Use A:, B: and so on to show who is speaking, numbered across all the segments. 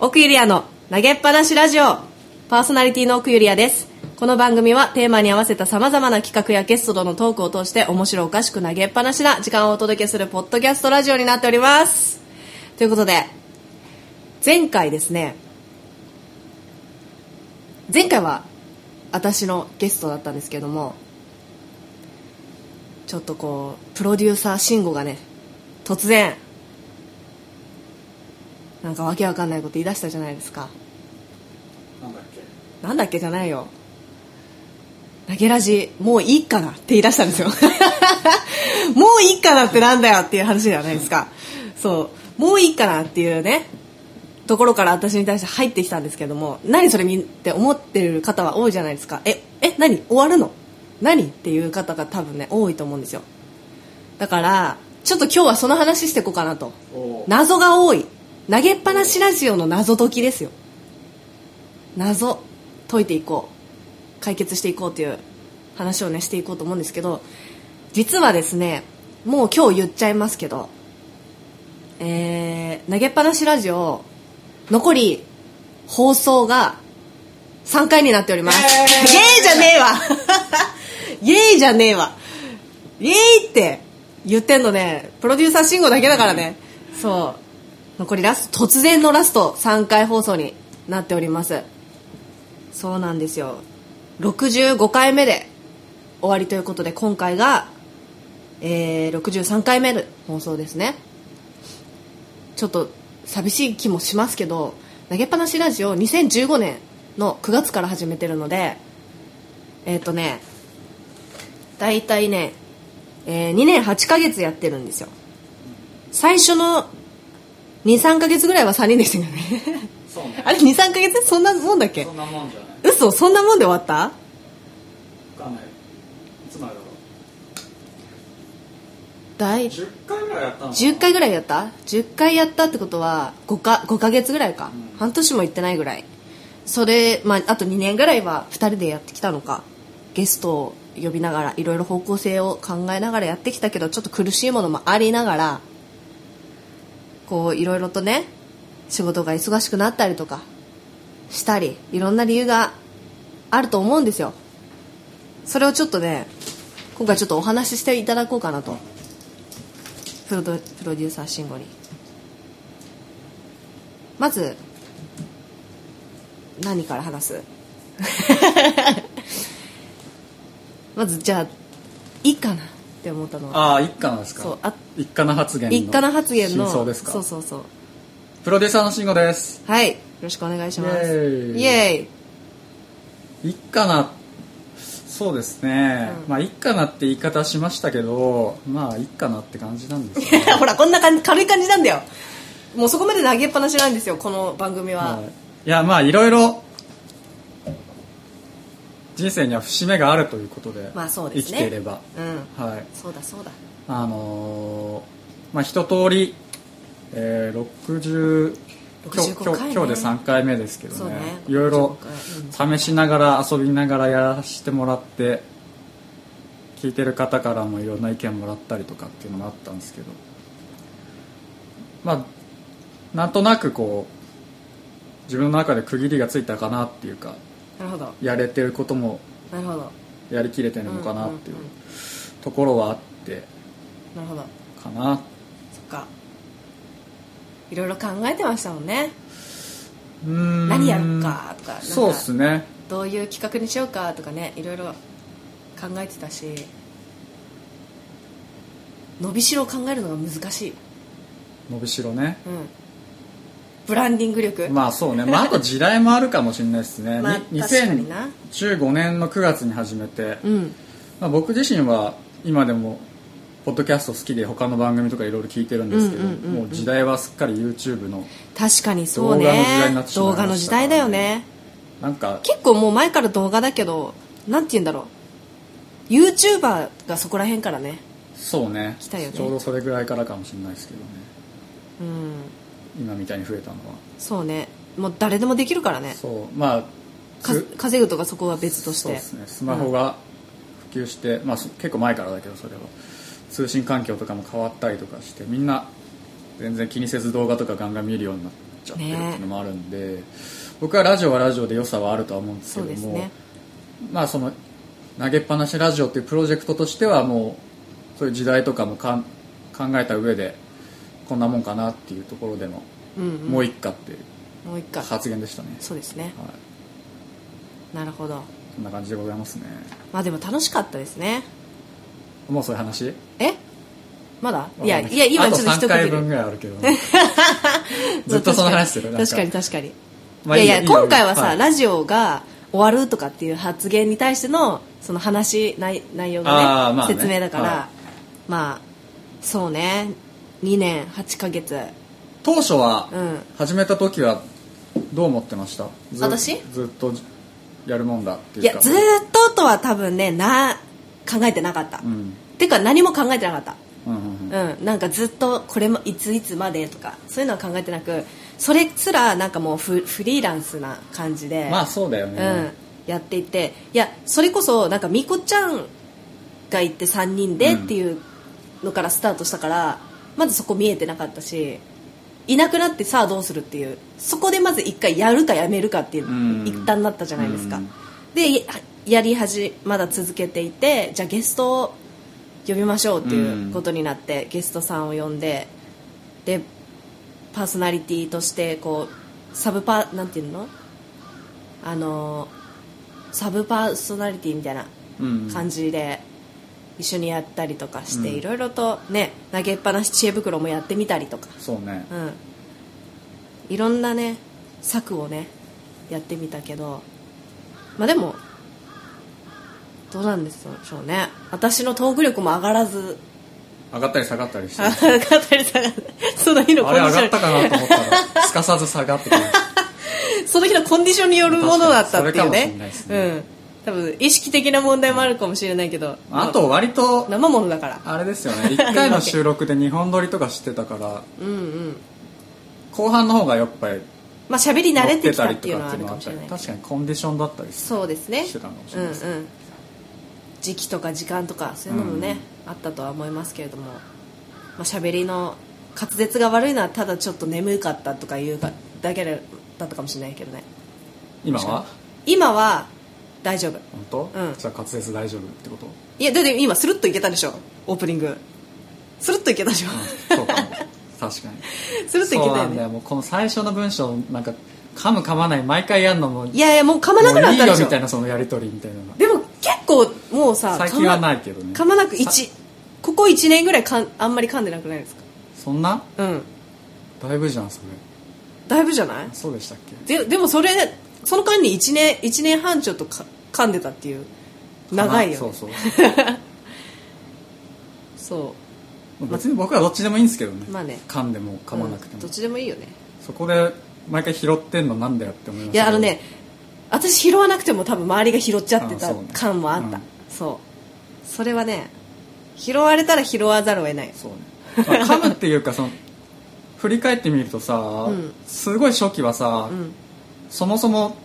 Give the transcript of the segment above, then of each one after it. A: 奥ゆりやの投げっぱなしラジオパーソナリティの奥ゆりやですこの番組はテーマに合わせた様々な企画やゲストとのトークを通して面白おかしく投げっぱなしな時間をお届けするポッドキャストラジオになっておりますということで前回ですね前回は私のゲストだったんですけどもちょっとこうプロデューサー慎吾がね突然なんかわけわかんないこと言い出したじゃないですか
B: なんだっけ
A: なんだっけじゃないよ投げラジもういいかなって言い出したんですよ もういいかなってなんだよっていう話じゃないですかそうもういいかなっていうねところから私に対して入ってきたんですけども何それみって思ってる方は多いじゃないですかええ何終わるの何っていう方が多分ね多いと思うんですよだからちょっと今日はその話していこうかなと
B: おー
A: 謎が多い投げっぱなしラジオの謎解きですよ謎解いていこう解決していこうという話をねしていこうと思うんですけど実はですねもう今日言っちゃいますけどえー、投げっぱなしラジオ残り放送が3回になっておりますイ
B: イエーイ
A: エーイじゃねえわ イエーイじゃねえわイエーイって言ってんのねプロデューサー信号だけだからねそう残りラスト突然のラスト3回放送になっておりますそうなんですよ65回目で終わりということで今回が、えー、63回目の放送ですねちょっと寂しい気もしますけど投げっぱなしラジオ2015年の9月から始めてるのでえっ、とね大体ね、えー2年8ヶ月やってるんですよ最初の23ヶ月ぐらいは3人でしたよね
B: そうね
A: あれ23ヶ月そんなもんだっけ
B: そんなもんじゃない
A: 嘘そんなもんで終わった
B: わかんないいつまでだろう
A: 大
B: 10回ぐらいやったのかな
A: 10回ぐらいやった10回やったってことは5か5ヶ月ぐらいか、
B: うん
A: 半年も行ってないぐらいそれ、まあ、あと2年ぐらいは2人でやってきたのかゲストを呼びながらいろいろ方向性を考えながらやってきたけどちょっと苦しいものもありながらこういろいろとね仕事が忙しくなったりとかしたりいろんな理由があると思うんですよそれをちょっとね今回ちょっとお話ししていただこうかなとプロドプロデューサー慎吾にまず何から話す まずじゃあいいかなって思ったのは
B: ああ一家なんですか
A: そうあ
B: 一家の発言の
A: 一家の発言の
B: 真相ですか
A: そうそうそう
B: プロデューサーの慎吾です
A: はいよろしくお願いします
B: イエーイ
A: イエ
B: 一家なそうですね、
A: うん
B: まあ一家なって言い方しましたけどまあ一家なって感じなんです
A: ー
B: よ
A: イほらこんな感じ軽い感じなんだよもうそこまで投げっぱなしなんですよこの番組は、
B: はいいやまあいろいろ人生には節目があるということで,、
A: まあそうですね
B: 生きていれば
A: うん
B: はい
A: そうだそうだ
B: あのーまあ一通り、えー、60今日
A: 65
B: 今
A: 回
B: 日
A: ね
B: 今日で3回目ですけど
A: そう
B: ね
A: ね
B: いろいろ
A: 65
B: 試しながら遊びながらやらせてもらって聞いてる方からもいろんな意見もらったりとかっていうのもあったんですけどまあなんとなくこう自分の中で区切りがついたかなっていうか
A: なるほど
B: やれてることも
A: なるほど
B: やりきれてるのかなっていう
A: うんうんうん
B: ところはあって
A: なるほど
B: かな
A: そっかいろいろ考えてましたもんね
B: うーん
A: 何やるかとかなんか
B: そうですね
A: どういう企画にしようかとかねいろいろ考えてたし伸びしろを考えるのが難しい、
B: 伸びしろね
A: うん、ブランディング力、
B: まあそうね、まあ、あと時代もあるかもしれないですね、
A: まあ
B: に
A: 確かにな
B: 2015年の9月に始めて、
A: うん
B: まあ、僕自身は今でもポッドキャスト好きで他の番組とかいろいろ聞いてるんですけど、
A: うんうんうんうん
B: もう時代はすっかり YouTube の
A: 確かにそうね
B: 動画の時代になってしまいましたか
A: 動画
B: らね
A: の時代だよね
B: なんか
A: 結構もう前から動画だけどなんて言うんだろう YouTuber がそこら辺からね
B: そうね
A: 来たよね
B: ちょうどそれぐらいからかもしれないですけどね
A: うん
B: 今みたいに増えたのは、
A: そうねもう誰でもできるからね
B: そうまあ
A: か
B: つ
A: 稼ぐとかそこは別として
B: そうですねスマホが普及して、まあ、そ結構前からだけどそれは通信環境とかも変わったりとかしてみんな全然気にせず動画とかガンガン見るようになちゃってるっていうのもあるんで、僕はラジオはラジオで良さはあるとは思うんですけ
A: そう
B: ど
A: です
B: も、
A: ね
B: まあその投げっぱなしラジオっていうプロジェクトとしてはもうそういう時代とかもかん考えた上でこんなもんかなっていうところでの
A: うん、うん、
B: もう一家っていう
A: もう一回
B: 発言でしたね、
A: そうですね
B: はい、
A: なるほど
B: そんな感じでございますね
A: まあでも楽しかったですね
B: もうそういう話
A: えまだい
B: わ
A: や
B: かんない
A: や今
B: あ
A: ちょっと
B: 3
A: 一
B: 回
A: 区
B: 分
A: 切
B: ぐらいある けどずっとその話する
A: 確かに
B: なん
A: 確かに
B: まあ
A: いやいや
B: いいよいいよ
A: 今回はさ、
B: はい
A: ラジオが終わるとかっていう発言に対してのその話内内容
B: あ
A: が
B: ー
A: ね,、
B: まあね
A: 説明だから、
B: は
A: まあそうね2年8ヶ月
B: 当初は
A: うん
B: 始めた時はどう思ってましたず
A: 私
B: ずっとやるもんだってい
A: いう
B: か
A: やずーっととは多分ねな考えてなかった、
B: う
A: っ
B: ん
A: ていうか何も考えてなかった
B: うんうん
A: うん、なんかずっとこれもいついつまでとかそういうのは考えてなくそれすらなんかもうフフリーランスな感じ
B: う
A: で、
B: んまあそうだよ
A: う
B: ね、
A: ん、やっていていやそれこそなんかみこちゃんがいて3人でっていうのからスタートしたから、まずそこ見えてなかったしいなくなってさあどうするっていうそこでまず1回やるかやめるかっていう
B: うん
A: 一旦なったじゃないですか、
B: うん
A: でややり始まだ続けていてじゃあゲストを呼びましょうっていうことになって、ゲストさんを呼んででパーソナリティとしてこうサブパーなんていうのあのサブパーソナリティみたいな
B: うん
A: 感じで一緒にやったりとかして、
B: うん
A: いろいろとね投げっぱなし知恵袋もやってみたりとか、
B: そうね
A: うん、いろんなね策をねやってみたけどまあでもどうなんでしょうね私のトーク力も上がらず
B: 上がったり下がっ たりして
A: 上がったり下がったその日のコ
B: あ
A: ン
B: れ
A: ディ
B: 上
A: シ
B: がっ
A: ョ
B: たかなと思ったらすかさず下がっ てくる
A: ン その日のコンディションによるものだったっていう
B: 確かにそれかもしれない
A: ね
B: です
A: う
B: ね
A: ん多分意識的な問題もあるかもしれないけど
B: あと割と
A: 生ものだから
B: あれですよ ね1回の収録で2本撮りとかしてたから
A: うんうん
B: 後半の方がやっぱり
A: まあ喋り慣
B: 乗
A: れ
B: ってて
A: きた
B: た
A: っ
B: り
A: て
B: と
A: いうの
B: か
A: は
B: っ
A: あ
B: ていう
A: る
B: の
A: か
B: は
A: もしれない
B: 確かにコンディションだったりする
A: そうですね
B: してたかもし
A: う
B: れ
A: ん
B: な
A: う
B: いです
A: ん時期とか時間とかそういうのもね、あったとは思いますけれども、まあ、喋りの滑舌が悪いのはただちょっと眠かったとかいうかだけだったかもしれないけどね
B: 今は
A: 今は大丈夫
B: 本当、
A: うん
B: じゃあ滑舌大丈夫っ てこと
A: いやだって今スルッといけたでしょオープニングスルッといけたでしょ、
B: そうかも確かに
A: スルッといけ
B: そう
A: た
B: な
A: よ
B: んだ
A: ね
B: よもうこの最初の文章なんか噛む噛まない毎回やるのも
A: いやいやもう噛まなく
B: も
A: な
B: う
A: っ
B: いい
A: たで
B: よ
A: しょ
B: みたいなそのやり取りみたいなのが
A: でも結構もうさ
B: 最近
A: 噛
B: は
A: ま
B: ないけどね
A: 噛まなく
B: さ
A: 一ここ1年ぐらいかんあんまり噛んでなくないですか
B: そんな
A: うん
B: だいぶじゃんそれ
A: だいぶじゃない
B: そうでしたっけ
A: ででもそれその間に1年一年半ちょっとか噛んでたっていう長いよね
B: そうそう
A: そ
B: 別に僕はどっちでもいいんですけどね,、
A: まあね
B: 噛んでも噛まなく
A: うん
B: ても、
A: どっちでもいいよね
B: そこで毎回拾ってんのなんだよって思いました
A: いやあのね私拾わなくても多分周りが拾っちゃって
B: あ
A: た
B: そうね
A: 感もあったそう,、
B: うん
A: それはね拾われたら拾わざるを得ない
B: そうね、まあ噛むっていうかその振り返ってみるとさ、
A: ん
B: すごい初期はさ、
A: うん
B: そもそも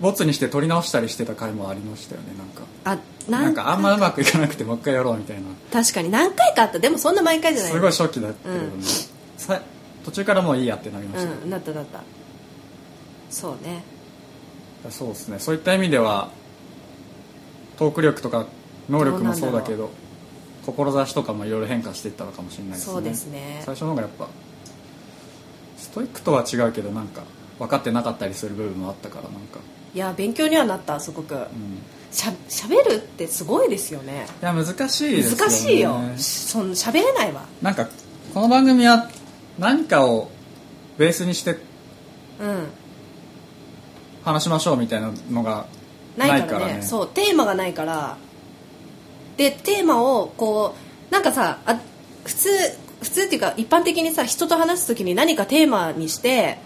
B: ボツにして取り直したりしてた回もありましたよねなんか
A: あ
B: な
A: なんん
B: かあんまうまくいかなくてもう一回やろうみたいな
A: 確かに何回かあったでもそんな毎回じゃない
B: すごい初期だったけどね、
A: うん
B: さ途中からもういいやってなりましたけど、
A: うんなったなったそうね
B: そうですねそういった意味ではトーク力とか能力もそうだけ
A: ど
B: ど志とかもいろいろ変化していったのかもしれないですね
A: そうですね
B: 最初の方がやっぱストイックとは違うけどなんか分かってなかったりする部分もあったからなんか、
A: いや勉強にはなったすごく
B: うん、い
A: しゃ喋るってすごいですよね
B: や難しいですよね
A: 難しいよその喋れないわ
B: なんかこの番組は何かをベースにして
A: うん
B: 話しましょうみたいなのが
A: な
B: ないい
A: か
B: からら
A: ね
B: ね
A: そうテーマがないからでテーマをこうなんかさあ普通普通っていうか一般的にさ人と話す時に何かテーマにして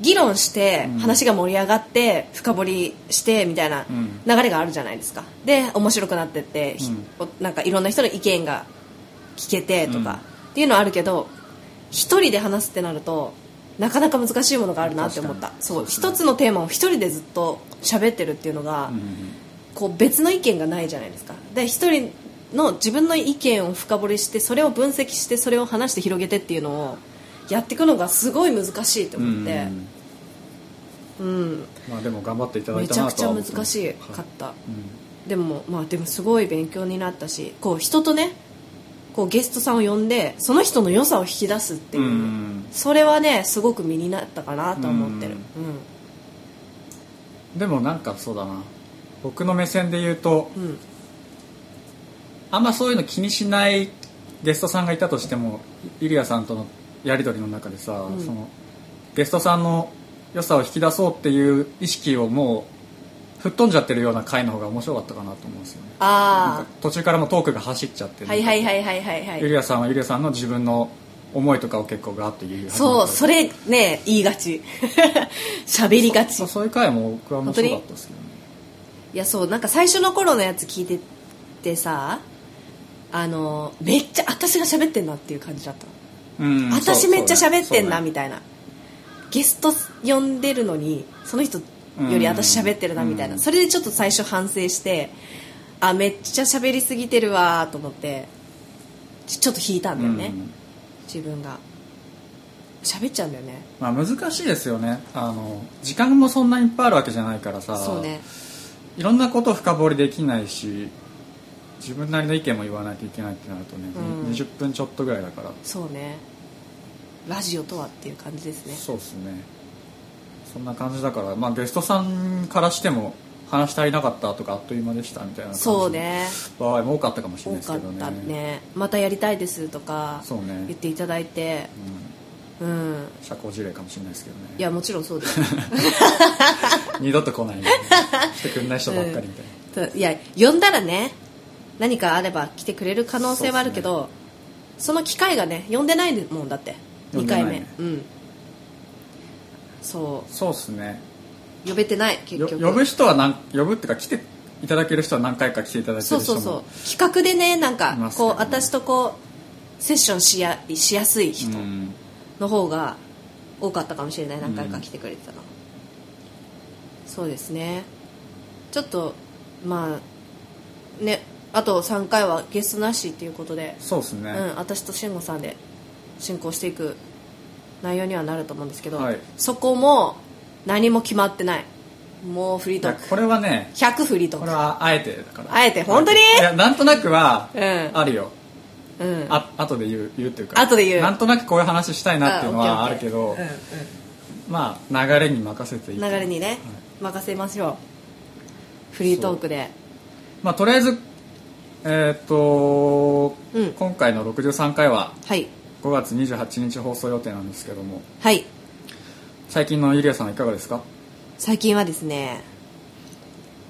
A: 議論して
B: うん
A: 話が盛り上がって深掘りしてみたいな
B: うん
A: 流れがあるじゃないですかで面白くなってって、ひおなんかいろんな人の意見が聞けてと
B: うん
A: か、っていうのはあるけど一人で話すってなるとなかなか難しいものがあるなって思った
B: 確かに
A: そう
B: そうですね
A: 一つのテーマを一人でずっと喋ってるっていうのが、
B: うん
A: こう別の意見がないじゃないですかで一人の自分の意見を深掘りしてそれを分析してそれを話して広げてっていうのをやっていくのがすごい難しいと思って
B: うん
A: うん、
B: まあでも頑張っていただい
A: め
B: た
A: ちゃ
B: な
A: くち
B: とは
A: ゃ
B: 思
A: 難
B: ってます
A: し
B: はい
A: かった、
B: うん
A: でもまあでもすごい勉強になったしこう人とねこうゲストさんを呼んでその人の良さを引き出すっていう、
B: うん
A: それはねすごく身になったかなと思ってる
B: でもなんかそうだな僕の目線で言うと
A: うん、うん、
B: あんまそういうの気にしないゲストさんがいたとしてもいイリアさんとのやり取りの中でさ、
A: ん
B: そのゲストさんの良さを引き出そうっていう意識をもう吹っ飛んじゃってるような回の方が面白かったかなと思うんですよねなん
A: あ
B: か途中からもうトークが走っちゃって
A: あ
B: る
A: はいはいはいはいはいは
B: ユ
A: い
B: リアさんはユリアさんの自分の思いとかを結構ガーッと言う
A: そうそ
B: れ
A: れね言いがち 喋りがち
B: そういう回も僕は面白かったですけどね
A: いやそうなんか最初の頃のやつ聞いててさあのめっちゃ私が喋ってんなっていう感じだったの
B: うん
A: 私めっちゃ喋ってんなみ
B: た
A: たいな、ゲスト呼んでるのにその人より私喋ってるなみたいな、
B: うん
A: それでちょっと最初反省してあめっちゃ喋りすぎてるわーと思ってちちょっと引いたんだよね、自分が喋っちゃうんだよね
B: まあ、難しいですよねあの時間もそんなにいっぱいあるわけじゃないからさ
A: そうね
B: いろんなことを深掘りできないし自分なりの意見も言わないといけないってなるとね、
A: うん
B: 20分ちょっとぐらいだから
A: そうねラジオとはっていう感じですね
B: そうですねそんな感じだから、まあ、ゲストさんからしても話し足りなかったとかあっという間でしたみたいな感じ
A: そうね
B: 場合も多かったかもし
A: 多
B: れないです
A: か
B: け
A: っ
B: どね
A: たねまたやりたいですとか
B: そうね
A: 言っていただいて
B: うん
A: うん
B: 社交辞令かもしれないですけどね
A: いやもちろんそうですよ
B: 二度と来ないねしてくんない人ばっかりみたいな、
A: たいや呼んだらね何かあれば来てくれる可能性はあるけどそ,、の機会がね呼んでないもんだって
B: 呼ん
A: 2
B: でない
A: 回
B: ね
A: 目、うんそ
B: そうですね
A: う呼べてない結
B: よ
A: 局
B: 呼ぶ人はなん呼ぶっていうか来ていただける人は何回か来ていただけ
A: そ
B: る
A: うそ
B: 人
A: う
B: も
A: そう企画でねなん
B: い
A: か
B: ますけど
A: こう
B: ね
A: 私とこうセッションしやしやすい人
B: ん、
A: の方が多かったかもしれない何回か来てくれてたの、そうですねちょっとまあねあと3回はゲストなしっていうことで
B: そうですね、
A: うん、私と慎吾さんで進行していく内容にはなると思うんですけど、
B: はい
A: そこも何も決まってないもうフリー
B: い
A: トー
B: や
A: ク
B: これはね
A: 100フリート
B: これ
A: ー
B: はあえてだから
A: あえて本当に
B: いやなんとなくは
A: クうん
B: あるよ、
A: うん
B: あ後で言う言うっていうか
A: 後で言う
B: なんとなくこういう話したいなっていうのは
A: あ
B: あ
A: オ
B: る
A: ッケ
B: け
A: ーオ
B: ど
A: ッケー
B: まあ流れに任せていい
A: うんうん、流れにね、任せましょうフリートークで
B: まあとりあえずえーっと、
A: うん
B: 今回の63回は
A: はい
B: 5月28日放送予定なんですけども
A: はい
B: 最近のゆりやさんはいかがですか
A: 最近はですね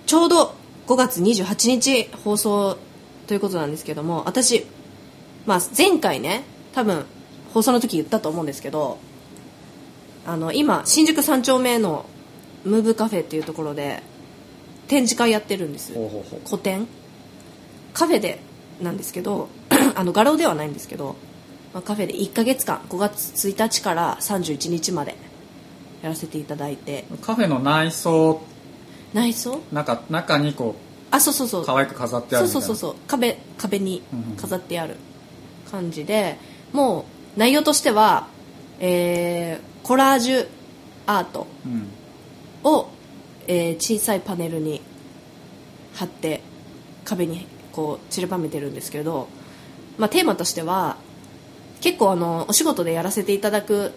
A: ちょうど5月28日放送ということなんですけども私、まあ、前回ね多分放送の時言ったと思うんですけどあの今新宿3丁目のムーブカフェっていうところで展示会やってるんです
B: ほうほうほう
A: 個展カフェでなんですけど あの画廊ではないんですけど、まあ、カフェで1ヶ月間5月1日から31日までやらせていただいて
B: カフェの内装
A: 内装
B: 中中にこ
A: あそうそうそう
B: う可愛く飾ってあ
A: そ
B: る
A: う
B: みた
A: そ
B: いうな
A: そうそう壁壁に
B: うんうん
A: 飾ってある感じで、もう内容としては、えーコラージュアート
B: うん
A: を、えー小さいパネルに貼って壁にこう散りばめてるんですけど、まあ、テーマとしては結構あのお仕事でやらせていただく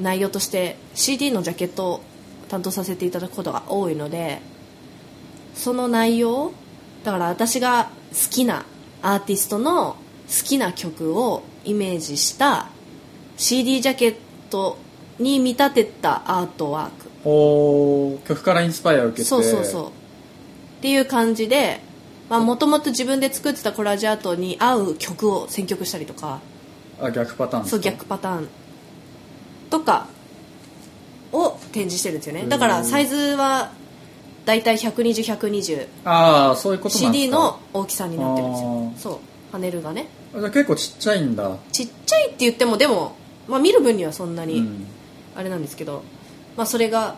A: 内容として CD のジャケットを担当させていただくことが多いのでその内容だから私が好きなアーティストの好きな曲をイメージした CD ジャケットに見立てたアートワーク
B: おー曲からインスパイアを受けて
A: そうそうそうっていう感じでもともと自分で作ってたコラージュアートに合う曲を選曲したりとか
B: あ逆パターンです
A: そう
B: か
A: 逆パターンとかを展示してるんですよねだか
B: う
A: ら
B: ん
A: サイズはだいたい120120
B: ああそういうことなんですか
A: CD の大きさになってるんです
B: あ
A: よ
B: ー
A: そうパネルがね
B: あじゃあ結構ちっちゃいんだ
A: ちっちゃいって言ってもでも、まあ、見る分にはそんな
B: う
A: に
B: ん
A: あれなんですけど、まあ、それが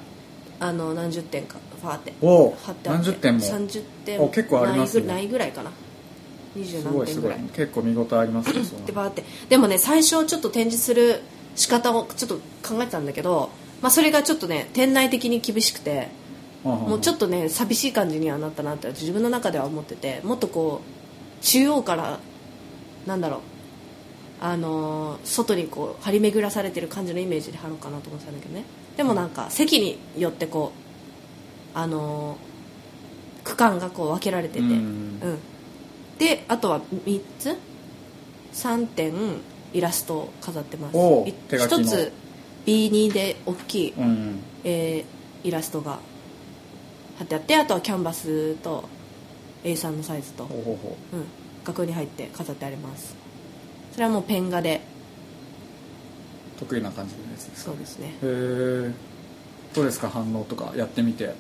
A: あの何十点かファーって
B: おー
A: 貼ってあって
B: 何十点も
A: 30点
B: お結構ありますね
A: ないぐらいかな二十
B: す
A: 何
B: ごいす
A: 点ぐ
B: ごい
A: らい
B: 結構見応えありますねその
A: でバーってでもね最初ちょっと展示する仕方をちょっと考えてたんだけど、まあ、それがちょっとね店内的に厳しくてもうちょ
B: っ
A: っとね寂しい感じにはなったなって自分の中では思っててもっとこう中央からなんだろうあのー外にこう張り巡らされてる感じのイメージで貼ろうかなと思ってたんだけどねでもなんか席によってこうあのー区間がこう分けられてて、
B: うん
A: うんであとは3つ3点イラストを飾ってます
B: おう
A: い
B: 手書きの
A: 一つ B2 で大きい
B: と、うん
A: えーイラストが貼ってあってあとはキャンバスと A3 のサイズと、うん
B: ほうほうほう、
A: 額に入って飾ってありますそれはもうペン画で
B: 得意な感じのやつです
A: そうですね
B: へえどうですか反応とかやってみて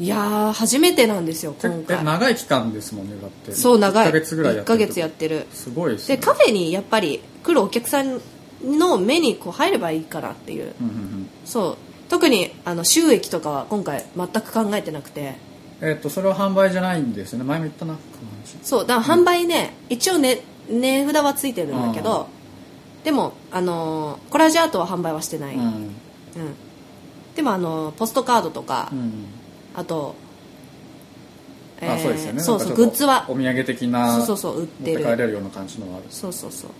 A: いやー初めてなんですよ今
B: え
A: 回
B: 長い期間ですもんねだって
A: そう長い
B: 1ヶ月ぐらいや
A: 1
B: って
A: ヶ
B: る
A: 月やってる
B: すごいですね
A: でカフェにやっぱり来るお客さんの目にこう入ればいいかなっていう
B: うんうんうん
A: そう特にあの収益とかは今回全く考えてなくて
B: えっ、とそれは販売じゃないんですよね前も言ったなこの話
A: そうだから販売ね、一応ね値札はついてるんだけ
B: あ
A: どでもあのーコラージュアートは販売はしてない、
B: う
A: うん
B: ん
A: でもあのーポストカードとか、
B: うん
A: あと
B: あそうですよね
A: そうそう
B: なんか
A: グ
B: ちょっと
A: ッズは
B: お土産的な
A: そうそうそう売ってる
B: 持って帰れるような感じのはある
A: そうそうそう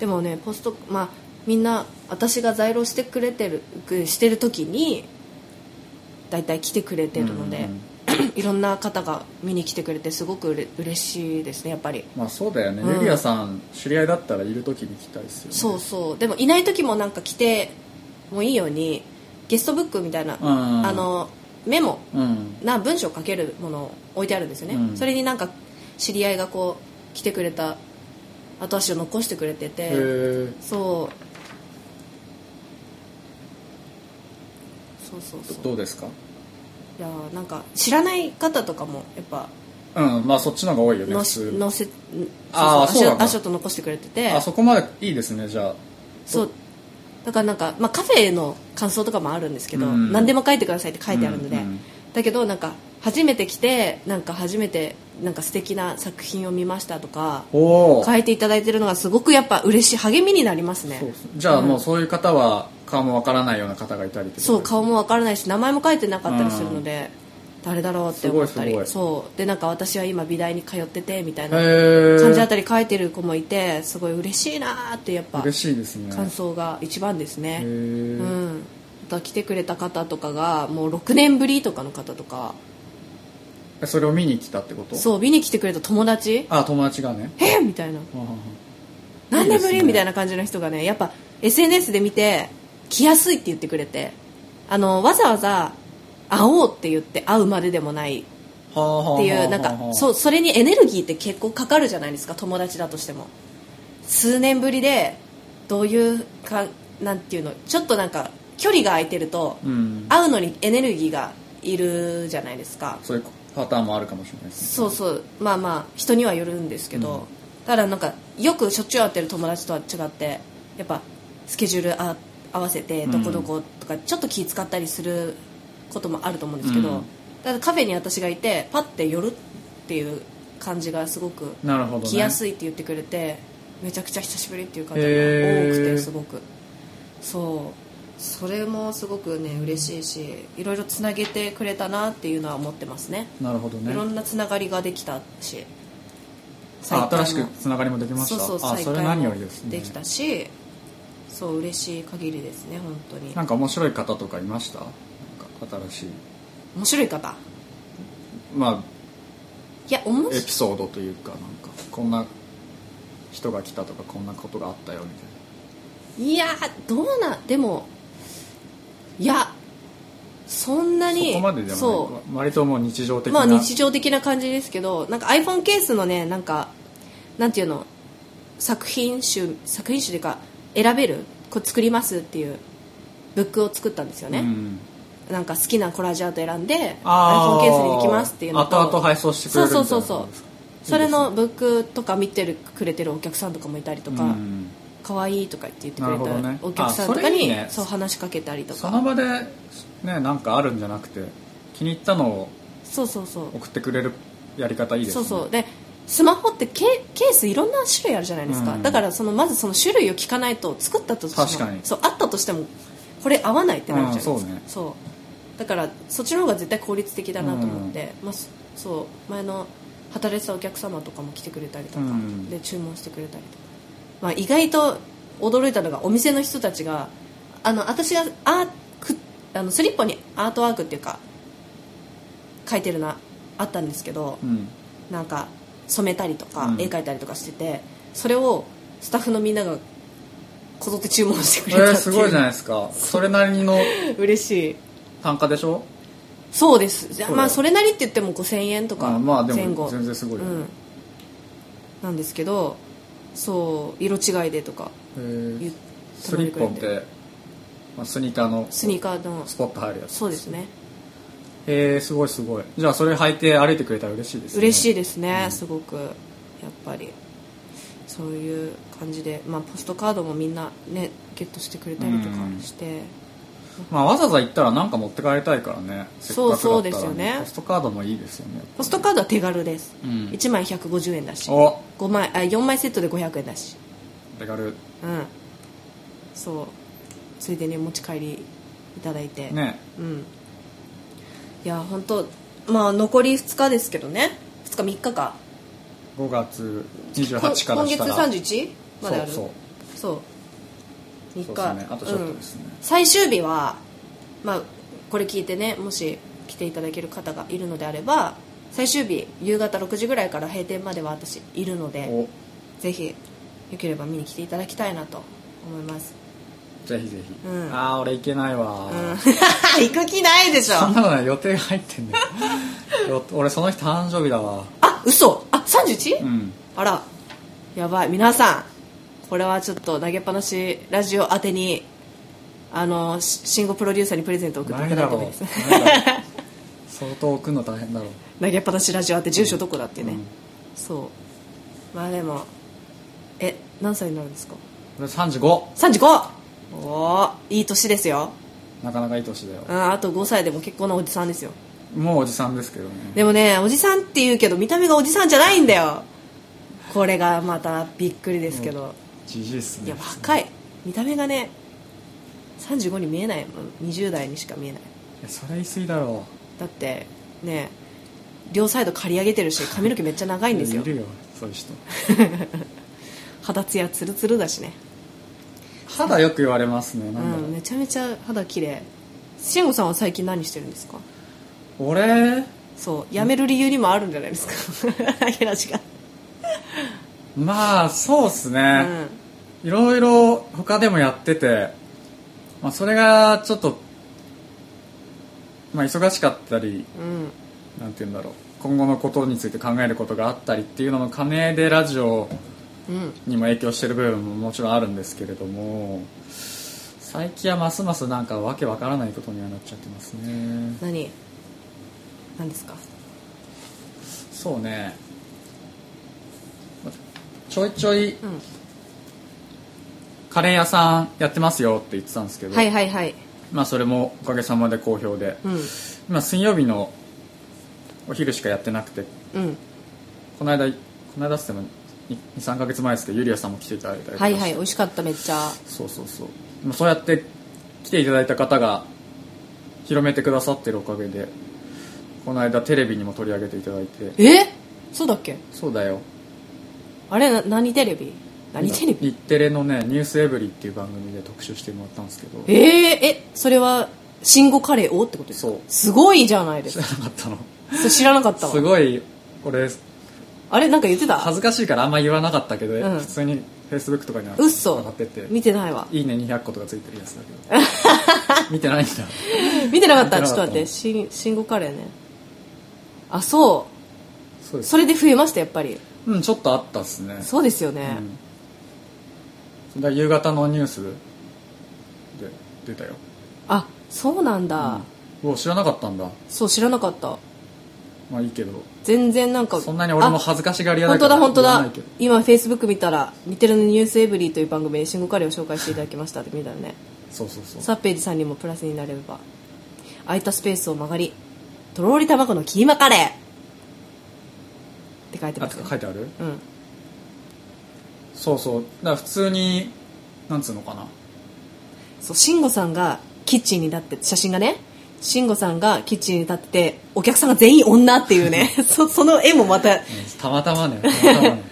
A: でもねポストまあみんな私が在労してくれてるくしてる時に大体来てくれてるの
B: うん
A: で
B: うんうん、
A: いろんな方が見に来てくれてすごくうれ嬉しいですねやっぱり
B: まあそうだよね、
A: うん
B: ユリアさん知り合いだったらいる時に来たいですよね
A: そうそうでもいない時もなんか来てもいいようにゲストブックみたいな、
B: ん
A: あのメモ
B: うん
A: な文章を書けるものを置いてあるんですよね、
B: うん
A: それになんか知り合いがこう来てくれた後足を残してくれて
B: へ
A: て
B: え
A: そうそうそうそう
B: どうですか
A: いやーなんか知らない方とかもやっぱ
B: うんまあそっちの方が多いよね
A: の
B: 普
A: し
B: 通
A: のせん
B: あー
A: そうそ
B: そう
A: う
B: なんだ
A: 足と残してくれてて
B: あそこまでいいですねじゃあ
A: そうだからなんか、まあ、カフェの感想とかもあるんですけど、
B: うん
A: 何でも書いてくださいって書いてあるので、
B: うんうん
A: だけどなんか初めて来てなんか初めてなんか素敵な作品を見ましたとか
B: おお
A: 書いていただいてるのがすごくやっぱ嬉しい励みになりますね
B: そうそうじゃあ
A: うん
B: もうそういう方は顔もわからないような方がいたりってこと
A: そう顔もわからないし名前も書いてなかったりするので、誰だろうって思ったり
B: すごいす
A: そうでなんか私は今美大に通っててみたいな
B: へえ
A: 感じあたり書いてる子もいてすごい嬉しいなーってやっぱ
B: 嬉しいですね
A: 感想が一番ですね、
B: へえ、
A: うん、また来てくれた方とかがもう6年ぶりとかの方とか
B: えそれを見に来たってことう
A: そう見に来てくれた友達
B: あ友達が ね
A: えみたいな
B: ははは
A: 何年ぶ
B: いいで
A: り
B: すね
A: みたいな感じの人がねやっぱ SNS で見て来やすいって言ってくれてあのわざわざ会おうって言って会うまででもないっ
B: はあはあはあ
A: ていうなん
B: はあは
A: か
B: あ
A: そうそれにエネルギーって結構かかるじゃないですか友達だとしても数年ぶりでどういうかなんていうのちょっとなんか距離が空いてると
B: うん
A: 会うのにエネルギーがいるじゃないですか
B: そういうパターンもあるかもしれないです
A: そうそうまあまあ人にはよるんですけど、ただなんかよくしょっちゅう会ってる友達とは違ってやっぱスケジュールあ合わせてどこどことかちょっと気使ったりすることもあると思うんですけど、
B: うん
A: ただカフェに私がいてパッて寄るっていう感じがすごく
B: なるほど、ね、
A: 来やす
B: い
A: いって言ってくれてめちゃくちゃ久しぶりっていう方が多く
B: へ
A: て
B: ー
A: すごくそうそれもすごくね嬉しいしいろいろつなげてくれたなっていうのは思ってますね
B: なるほどね
A: いろんなつながりができたし再
B: あ
A: 会も
B: 新しくつながりもできまし
A: そう
B: た
A: そう
B: あ
A: 再
B: それ
A: 会
B: 何
A: も
B: よりですね
A: できたしそう嬉しい限りですね本当に
B: なんか面白い方とかいましたなんか新しい
A: 面白い方
B: ま
A: いや
B: あ
A: 面
B: エ
A: 白い
B: ピソードというかなんかこんな人が来たとかこんなことがあったよみたいない
A: やどうなでもいやそんなに
B: そこまでで
A: そう
B: もない割ともう日常的
A: ま
B: な、
A: あ日常的な感じですけどなんか iPhone ケースのねなんかなんていうの作品集作品集というか選べるこれ作りますっていうブックを作ったんですよ
B: う
A: ね、
B: ん、
A: なんか好きなコラージュアート選んで iPhone
B: あ
A: ケースに行きますっていうのと
B: 後々配送してくれるみたいな
A: そうそうそうそうそれのブックとか見てるくれてるお客さんとかもいたりと
B: いいですね
A: か
B: うん
A: 可愛、いとか言って言ってくれ
B: なるほど
A: た
B: ね
A: お客さんとか
B: あそれいい
A: に
B: ね
A: そう話しかけたりと
B: そ
A: か
B: の場でねなんかあるんじゃなくて気に入ったのを
A: そうそうそう
B: 送ってくれるやり方いいです
A: そ
B: ね
A: うそうでスマホってケケースいろんな種類あるじゃないですか、
B: うん
A: だからそのまずその種類を聞かないと作ったとしても
B: 確かに
A: そうあったとしてもこれ合わないってなるじゃないですか、
B: うんそうね
A: そうだからそっちの方が絶対効率的だなと思って、まあ、そそう前の働いてたお客様とかも来てくれたりとか、
B: うん
A: で注文してくれたりとか、まあ、意外と驚いたのがお店の人たちがあの私がアークあのスリッポにアートワークっていうか書いてるのあったんですけど、
B: うん
A: なんか染めたりとか、
B: うん
A: 絵描いたりとかしててそれをスタッフのみんながこぞって注文してく
B: え
A: れたってい
B: ー、
A: う、
B: すごいじゃないですかそれなりの
A: 嬉しい
B: 単価でしょ
A: そうですじゃあ
B: そうだ
A: まあそれなりって言っても5000円とか
B: あまあで
A: 前後
B: も全然すごいよ
A: う
B: ね
A: ん、なんですけどそう色違いでとか
B: え
A: 言っ
B: ー
A: て
B: スリッポンって、まあ、スニーカーの
A: スニーカーの
B: スポット入るやつ
A: そうですね
B: へえすごいすごいじゃあそれ履いて歩いてくれたら嬉しいですね
A: 嬉しい
B: い
A: ですね、すごくやっぱりそういう感じで、まあ、ポストカードもみんなねゲットしてくれたりとかして、
B: まあ、わざわざ行ったら何か持って帰りたいからねせっかくだ
A: そう
B: ったら、ね、
A: そうですよね
B: ポストカードもいいですよね
A: ポストカードは手軽です、
B: うん
A: 1枚150円だし
B: お
A: 5枚あ4枚セットで500円だし
B: 手軽
A: うんそうついでに持ち帰りいただいて、
B: ね
A: うんいや本当まあ残り2日ですけどね2日3日か
B: 5月
A: こ
B: 28
A: ん
B: からしたら
A: 今月 31? まである
B: そう
A: そう
B: そう
A: 3
B: そう
A: 日
B: ですねあとちょっとですね、
A: うん最終日は、まあ、これ聞いてねもし来ていただける方がいるのであれば最終日夕方6時ぐらいから閉店までは私いるので
B: お
A: ぜひよければ見に来ていただきたいなと思います、
B: ぜひぜひ、
A: うん
B: ああ俺行けないわ、
A: うん、 行く気ないでしょ
B: そんなことない予定が入ってん だよよ俺その日誕生日だわ
A: あ嘘あ 31?、
B: うん
A: あらやばい皆さんこれはちょっと投げっぱなしラジオ宛てにあのし慎吾プロデューサーにプレゼントを送って
B: ないい
A: ただ
B: だ
A: いて
B: ろう
A: もいい
B: ない
A: です
B: だろう相当置くの大変だろう
A: 投げっぱなしラジオ宛て住所どこだってね、
B: うん
A: そうまあでもえ何歳になるんですか
B: 俺35
A: 35おおいい年ですよ、
B: なかなかいい年だよ
A: う、ん、あと5歳でも結婚のおじさんですよ
B: もうおじさんですけどね
A: でもねおじさんって言うけど見た目がおじさんじゃないんだよこれがまたびっくりですけど、
B: じじいっすね
A: いや若い見た目がね35に見えないもん20代にしか見えない
B: いやそれ言い過ぎだろ
A: だってね両サイド刈り上げてるし髪の毛めっちゃ長
B: う
A: いんですよ
B: いるよそういう人
A: 肌ツヤツルツルだしね
B: 肌よく言われますね
A: う
B: なんだろう、
A: んめちゃめちゃ肌綺麗慎吾さんは最近何してるんですか
B: 俺
A: そう辞める理由にもあるんじゃないですかヘラジが、
B: まあそうっす
A: う
B: ね、
A: ん、
B: いろいろ他でもやってて、まあ、それがちょっと、まあ、忙しかったり
A: うん
B: なんて言うんだろう今後のことについて考えることがあったりっていうのの兼ねでラジオ
A: うん
B: にも影響してる部分ももちろんあるんですけれども最近はますますなんかわけわからないことにはなっちゃってますね
A: 何何ですか
B: そうねちょいちょい
A: うん
B: カレー屋さんやってますよって言ってたんですけど、
A: はいはいはい
B: まあそれもおかげさまで好評で、
A: うん
B: 今水曜日のお昼しかやってなくて
A: うん
B: この間この間っつっても23ヶ月前ですけどゆりやさんも来ていただいたりとか
A: は
B: して
A: いはい美味しかっためっちゃ
B: そうそうそうまあそうやって来ていただいた方が広めてくださってるおかげでこの間テレビにも取り上げていただいて
A: えそうだっけ
B: そうだよ
A: あれな何テレビ何テレビ
B: 日テレのね「ニュースエブリ」っていう番組で特集してもらったんですけど
A: えー、えそれは慎吾カレーをってことですか
B: そう
A: すごいじゃないです
B: 知 ら
A: か
B: なかったの
A: そう知らなかった
B: す
A: わ
B: ごい俺
A: あれなんか言ってた
B: 恥ずかしいからあんま言わなかったけど、
A: うん
B: 普通にフェイスブックとかには
A: うっそ
B: 上がってて
A: 見てないわ
B: いいね200個とかついてるやつだけ ど見てないんだ
A: 見てなかった
B: 見
A: ち
B: て
A: ょっと
B: なかった
A: 待ってしん慎吾カレーねあそ
B: そ
A: う
B: うです
A: それで増えましたやっぱり
B: うんちょっとあったっすね
A: そうですよね、
B: うん、だから夕方のニュースで出たよ、
A: あそうなんだ、
B: うん、うお知らなかったんだ
A: そう知らなかった
B: まあいいけど
A: 全然なんか
B: そんなに俺も
A: あ
B: 恥ずかしがり屋だ
A: 本
B: か
A: 当だ
B: ら
A: 本当
B: 言わ
A: だ
B: ないけど
A: 今フェイスブック見たら「日テレのニュースエブリー」という番組で慎吾カレーを紹介していただきましたって見たらね
B: そうそうそう
A: サッページさんにもプラスになれれば空いたスペースを曲がりとろーり卵のキーマカレーってって書いてますよ
B: あ書いてある
A: うん
B: そうそうだから普通になんつうのかな
A: そう慎吾さんがキッチンに立って写真がね慎吾さんがキッチンに立っててお客さんが全員女っていう ねそその絵もまた
B: たまたまねたまたまね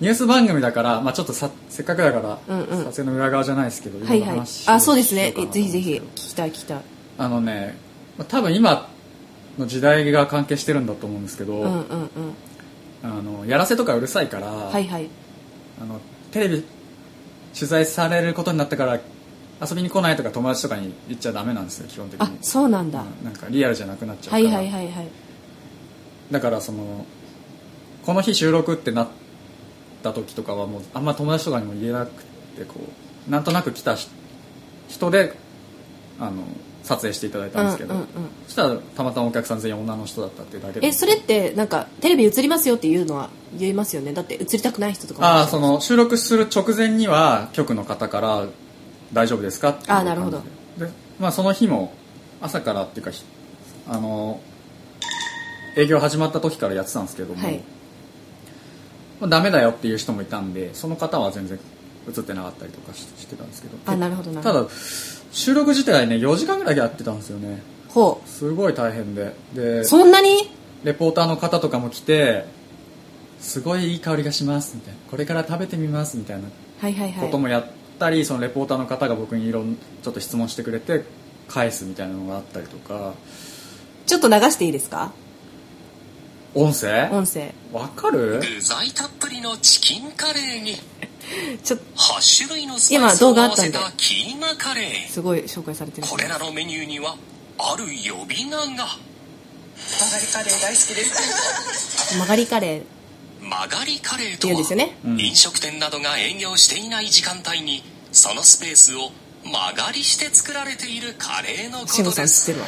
B: ニュース番組だから、まあ、ちょっとさせっかくだから、
A: うんうん
B: 撮影の裏側じゃないですけど、
A: はい
B: ろんな
A: はい
B: 話を
A: あそうですね
B: しようかなと
A: ぜ
B: 思
A: ひ
B: う
A: ぜ
B: んですけ
A: ひ
B: ど
A: 聞きたい聞きたい
B: あのねまあ多分今の時代が関係してるんだと思うんですけど、
A: うんうんうん
B: あのやらせとかうるさいから、
A: はいはい
B: あのテレビ取材されることになったから遊びに来ないとか友達とかに言っちゃダメなんですよ基本的
A: あ
B: に
A: そうなんだ
B: うんなんかリアルじゃなくなっちゃうか
A: は
B: ら、
A: いはいはいはい
B: だからそのこの日収録ってなった時とかはもうあんま友達とかにも言えなくてこうなんとなく来たし人であの撮影していただいたんですけど、
A: うんうんうん
B: そしたらたまたまお客さん全員女の人だったっていうだけで
A: えそれってなんかテレビ映りますよっていうのは言いますよねだって映りたくない人とかもい
B: あ
A: ら
B: あ
A: っしゃ
B: そ
A: る
B: の収録する直前には局の方から「大丈夫ですか?」っていう
A: あーなるほど
B: 感じでで、まあ、その日も朝からっていうかひあの営業始まった時からやってたんですけども、
A: はい
B: まあ、ダメだよっていう人もいたんでその方は全然映ってなかったりとかししてたんですけど
A: あなるほどなる
B: た
A: ほど
B: だ収録自体ね4時間ぐらいやってたんですよね
A: ほ
B: すごい大変でで
A: うそんなに
B: レポーターの方とかも来てすごいいい香りがしますみたいなこれから食べてみますみたいな
A: はいはいは
B: こ
A: い
B: ともやったり、そのレポーターの方が僕にいろんちょっと質問してくれて返すみたいなのがあったりとか
A: ちょっと流していいですか
B: 音声
A: 音声
B: わかる
C: 具材たっぷりのチキンカレーに
A: ちょっと
C: 8種類のスパイスを
A: 今動
C: 合わせ
A: 画あった
C: たキーマカレー
A: すごい紹介されてる
C: これらのメニューにはある呼び名が
D: 曲がりカレー大好きです。
A: 曲がりカレー
C: 曲がりカレーと
A: 言うんですよ
C: は、
A: ね
B: うん
C: 飲食店などが営業していない時間帯にそのスペースを曲がりして作られているカレーのこ
A: 慎吾
C: と
A: さん
C: で
A: 知っ
C: す
A: てるわ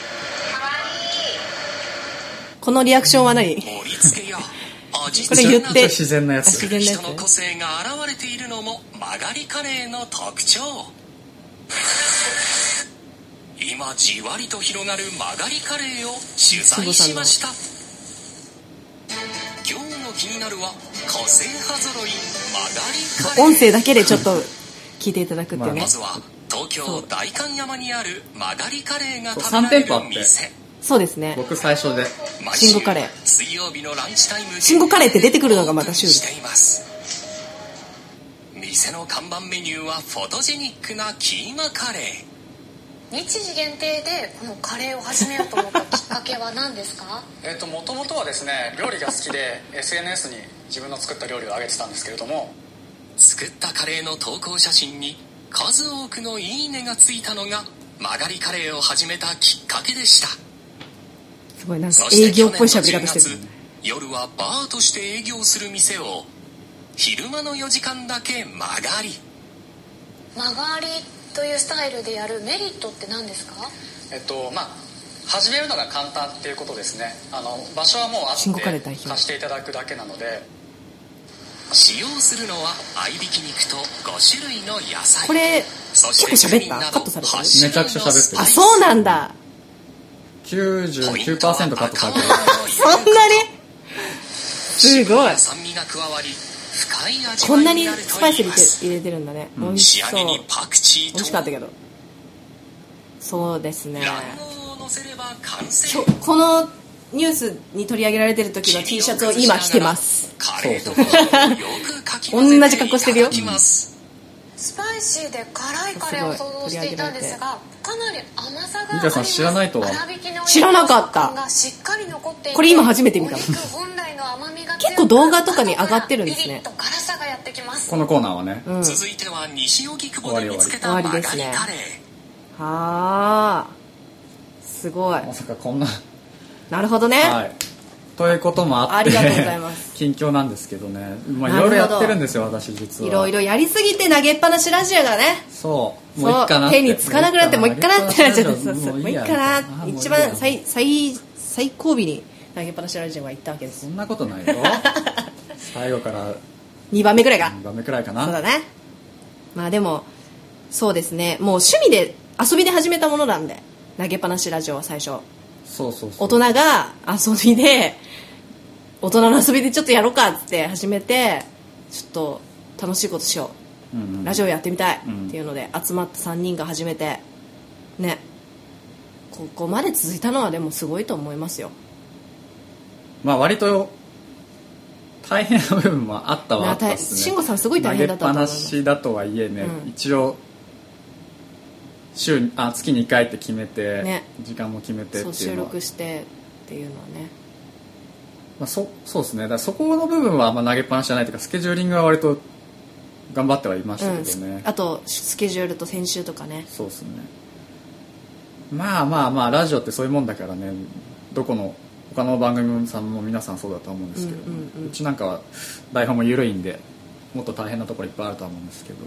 A: このリアクションは何
C: 盛り付けや味
A: こ
C: 付
A: れ
C: け
A: 言っ
C: など
A: て
B: 自然なや
A: 自然
B: つ
A: なやつ
C: 人の個性が現れているのも曲がりカレーの特徴 今じわりと広がる曲がりカレーを取材しました今日の気になるは個性派揃い曲がりカレー
A: 音声だけでちょっと聞いていただくっていうね
C: まずは東京代官山にある曲がりカレーが
B: そう
C: 食べられ
B: 三店
C: る
B: 舗あって
C: 店
A: そうですね
B: 僕最初で
C: 毎
A: 慎吾カレー
C: 水曜日のランチタイム
A: 慎吾カレーって出てくるのがまたシュール
C: しています店の看板メニューはフォトジェニックなキーマカレー
E: 日時限定でこのカレーを始めようと思ったきっかけは何です か
F: えっともともとはですね料理が好きで SNS に自分の作った料理を上げてたんですけれども
C: 作ったカレーの投稿写真に数多くの「いいね」がついたのが曲がりカレーを始めたきっかけでした
A: すごいなんか
C: そ
A: 営
C: して
A: 業
C: 去
A: っぽい
C: 年
A: 喋り
C: の
A: 方
C: 10
A: してる
C: 月夜はバーとして営業する店を昼間の4時間だけ曲がり
E: 曲がりというスタイルでやるメリットって何ですか
F: えっとまあ始めるのが簡単っていうことですねあの場所はもうあ
A: 新五カレー
F: っ
A: 代
F: て
A: 表
F: 貸していただくだけなので
C: 使用するのは合いびき肉と5種類の野菜
A: これ
C: そ
A: 結
C: し
A: 構喋
C: て
A: っ
C: クミンな
A: た
C: ど
A: カットされてる
C: 8
B: めちゃくちゃ喋ってる
A: あそうなんだ
B: 99%カットされてる
A: そんなにすごい
C: 酸味が加わり深い味
A: こ
C: わ
A: ん
C: い
A: な
C: に
A: に
C: なると
A: スパイス
C: 言
A: 入れ
C: いま
A: て
C: す
A: 入れてるんだね美味し
C: 仕
A: そう
C: 上げにパクチー
A: 美味しかった
C: と
A: けどそうですね
C: 卵黄をのせれば完成
A: 今日このニュースに取り上げられてる時の T シャツを今着てます
C: カレーとご飯をよくかき混ぜ て
A: 同じ格好してるよ
C: いただきます
E: スパイシーで辛いカレーを想像していたんですがかなり甘さが
B: 美香さん知らないとは
A: 知らなかったこれ今初めて見た結
E: 結
A: 構動画とかに上がってるんですね
E: と辛さがやってきます
B: このコーナーはね、
A: うん
C: 続いては西荻窪で見つけ
A: 終
C: た曲
A: わ
C: が
A: りで
C: り
A: す
C: カレ
A: ね
C: ー
A: はあすごい
B: まさかこんな
A: なるほどね、
B: はいということもあって
A: ありがとうございます
B: 近況なんですけどね、まあ、い
A: なる
B: ろ
A: ほ
B: い
A: ど
B: ろやってるんですよ私実はい
A: ろいろやりすぎて投げっぱなしラジオがね
B: そうもうい
A: そ
B: っ
A: う
B: かなって
A: 手につかなくなってもういっかなってなっちゃってそうそうも
B: も
A: う
B: う
A: い
B: い
A: っ
B: いや
A: か
B: あ
A: な
B: ーもういいや
A: 一番最最最後尾に投げっぱなしラジオは行ったわけです
B: そんなことない よ最後から
A: 2番目ぐらいが
B: 2番目くらいか
A: そう
B: な
A: だねまあでもそうですねもう趣味で遊びで始めたものなんで投げっぱなしラジオは最初
B: そうそうそう
A: 大人が遊びで大人の遊びでちょっとやろうかっつって始めてちょっと楽しいことしよ
B: う
A: う、
B: ん
A: ラジオやってみたい
B: うん
A: っていうので集まった3人が始めてねここまで続いたのはでもすごいと思いますよ
B: まあ割と大変な部分もあったはあったっ
A: まあ大
B: すね
A: 慎吾さんすごい大変だったと思
B: 投
A: う
B: げっぱなしだとはいえね、
A: うん
B: 一応週にあ月2回って決めて、
A: ね
B: 時間も決めて
A: そう
B: ってい
A: 収
B: うのは
A: 録してっていうのはね
B: まあ、そそうですねだからそこの部分はあんま投げっぱなしじゃないというかスケジューリングは割と頑張ってはいました
A: うん
B: けどね、
A: あとスケジュールと編集とかね
B: そうですねまあまあまあラジオってそういうもんだからねどこの他の番組さんも皆さんそうだと思うんですけど、
A: うんうんうん
B: ちなんかは台本も緩いんでもっと大変なところいっぱいあるとは思うんで すけども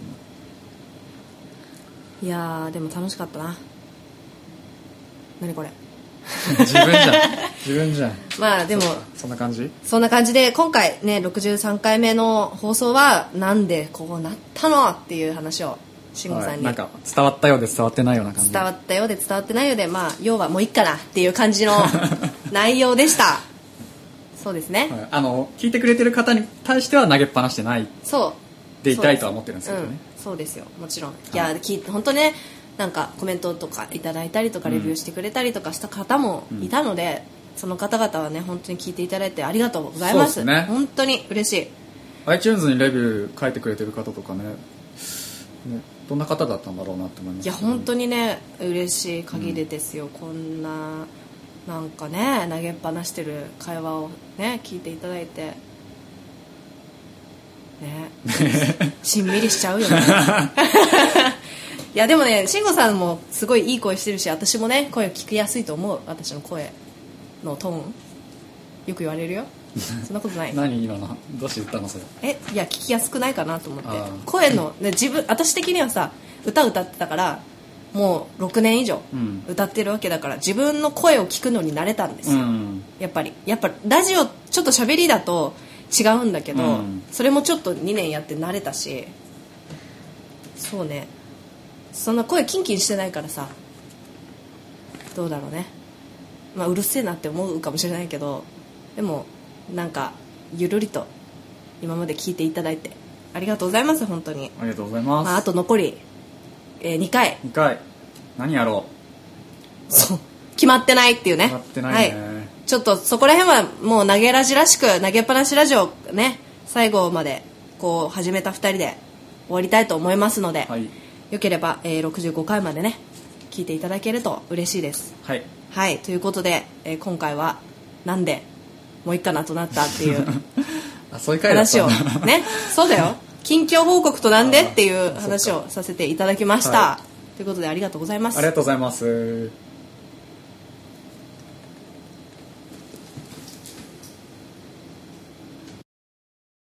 A: いやーでも楽しかったな何これ
B: 自分じゃん自分じゃん
A: まあでも
B: そんな感じ
A: そんな感じで今回ね63回目の放送はなんでこうなったのっていう話を慎吾さん
B: はい
A: に
B: なんか伝わったようで伝わってないような感じ
A: 伝わったようで伝わってないようでまあ要はもういっかなっていう感 じの内容でしたそうですね、
B: はいあの聞いてくれてる方に対しては投げっぱなしてない
A: そう
B: でいたいとは思ってるんですけどね
A: うん、そうですよもちろんいや聞いて本当ねなんかコメントとかいただいたりとか
B: うん
A: レビューしてくれたりとかした方もいたので、その方々はね本当に聞いていただいてありがとうございます
B: そうですね
A: 本当に嬉しい
B: iTunes にレビュー書いてくれてる方とかねねどんな方だったんだろうなって思います
A: いや本当
B: に
A: にね嬉しい限りですよ、こんななんかね投げっぱなしてる会話をね聞いていただいてね しんみりしちゃうよねいやでもね慎吾さんもすごいいい声してるし私もね声を聞きやすいと思う私の声のトーンよく言われるよそんなことない
B: 何今のどうして言ったのそれ
A: えいや聞きやすくないかなと思って
B: ああ
A: 声の、ね、自分私的にはさ歌歌ってたからもう6年以上
B: うん
A: 歌ってるわけだから、自分の声を聞くのに慣れたんです
B: う
A: よ、
B: ん
A: やっぱりやっぱラジオちょっと喋りだと違うんだけど、
B: うん
A: それもちょっと2年やって慣れたしそうねそんな声キンキンしてないからさどうだろうねまあうるせえなって思うかもしれないけどでもなんかゆるりと今まで聞いていただいてありがとうございます本当に、
B: ありがとうございます、
A: まあ、あと残り、え2回
B: 2回何やろ
A: そう決まってないっていうね
B: うやってないね、
A: はいちょっとそこら辺はもう投げラジらしく投げっぱなしラジオね最後までこう始めた2人で終わりたいと思いますので、
B: はい
A: よければ、えー65回までね聞いていただけると嬉しいです
B: はい
A: はいということで、えー今回はなんでもういっかな となったっていう
B: あそういう回だっ
A: 話
B: た
A: を
B: んだ
A: ねそうだよ近況報告となんでっていう話をさせていただきました、
B: は
A: ということでありがとうございま
B: あ
A: す
B: りがとうございます